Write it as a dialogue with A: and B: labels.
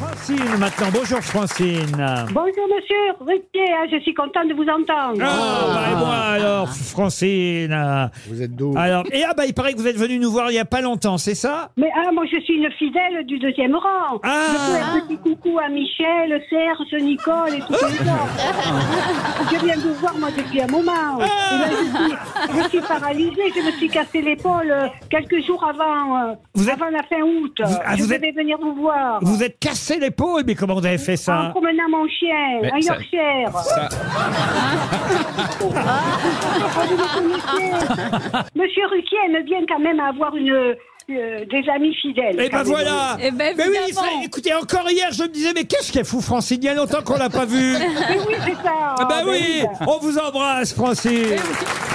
A: Francine maintenant. Bonjour Francine.
B: Bonjour monsieur Ruquier, hein, je suis contente de vous entendre.
A: Ah, bah, et moi alors, Francine. euh,
C: Vous êtes d'où
A: Alors, et ah bah il paraît que vous êtes venu nous voir il y a pas longtemps, c'est ça
B: Mais ah, moi je suis une fidèle du deuxième rang.
A: Ah.
B: Je fais un petit coucou à Michel, Serge, Nicole et tout les autres.
A: Ah.
B: je viens vous voir moi depuis un moment. Et là, je, suis, je suis paralysée, je me suis cassé l'épaule euh, quelques jours avant, euh,
A: Vous êtes-
B: avant la fin août.
A: Vous- ah,
B: je
A: vous êtes-
B: devais venir vous voir.
A: Vous êtes cassé l'épaule, mais comment vous avez fait
B: En
A: ça Eh
B: promenant mon chien,
C: Mais
B: un
C: ça-
B: Yorkshire.
C: Ça-
B: Ah, vous me connaissez. Monsieur Ruquier aime bien quand même avoir une, euh, des amis fidèles.
A: Eh ben
B: quand même.
A: voilà
D: Eh ben,
A: Mais oui,
D: évidemment.
A: ça- écoutez, encore hier, je me disais, mais qu'est-ce qu'elle fout Francine Il y a longtemps qu'on l'a pas vue
B: Mais oui, Eh c'est ça.
A: Ah ben oui
B: oui.
A: On vous embrasse, Francine
D: Vous